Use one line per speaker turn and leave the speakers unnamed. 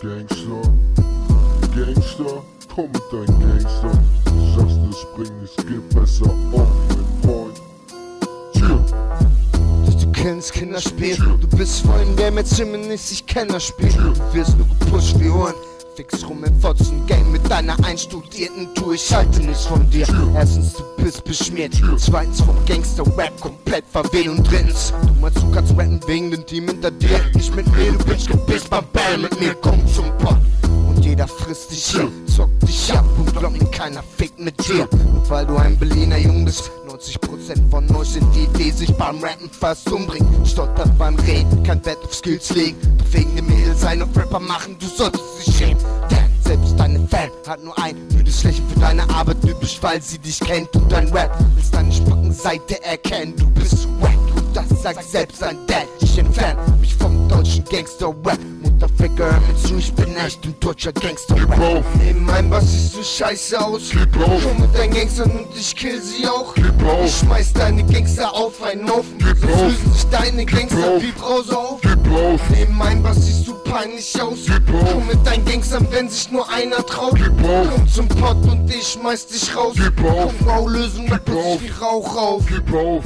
Gangster. Gangster, komm mit deinen Gangster. Sagst es bringt, es geht besser auf, mein Freund. Tja,
Du kennst Kinderspiel, du bist voll im Game, erzähl mir nichts, ich kenn das Spiel. Du wirst nur gepusht wie Huren. Fix rum im Fotzen Game mit deiner einstudierten Tour, ich halte nichts von dir. Erstens, du bist beschmiert. Zweitens, vom Gangster-Rap komplett verwählt. Und drittens, du meinst, du kannst rappen wegen dem Team hinter dir. Nicht mit mir, du Bitch, du bist beim Ball mit mir, komm zum Pott. Und jeder frisst dich hier, zockt dich ab und glaub mir, keiner fickt mit dir. Und weil du ein Berliner Jung bist, 90% von euch sind die, die sich beim Rappen fast umbringen. Stottert beim Reden, kein Wert auf Skills legen. Doch wegen dem Mädel sein und Rapper machen, du solltest dich schämen. Denn selbst deine Fan hat nur ein müdes Lächeln für deine Arbeit übrig, weil sie dich kennt und dein Rap ist deine Spackenseite erkennen. Du bist wack und das sagt selbst dein Dad. Ich entferne mich vom deutschen Gangster-Rap. Mutterficker, hör mir zu, ich bin echt ein deutscher
Gib
Gangster-Rap.
auf.
Neben meinem Bass siehst du scheiße aus.
Gib auf.
Komm mit deinen Gangstern und ich kill sie auch.
Gib auf.
Ich schmeiß deine Gangster auf einen Haufen.
Gib
Sonst
auf.
lösen sich deine Gangster
auf.
wie Brause auf.
gib auf,
Neben meinem Bass siehst du peinlich aus.
Gib auf.
Komm mit deinen Gangstern, wenn sich nur einer traut.
Gib auf.
Komm zum Pott und ich schmeiß dich raus.
Gib auf.
Komm, Rau lösen und
Gib
push
auf.
wie Rauch auf.
gib auf.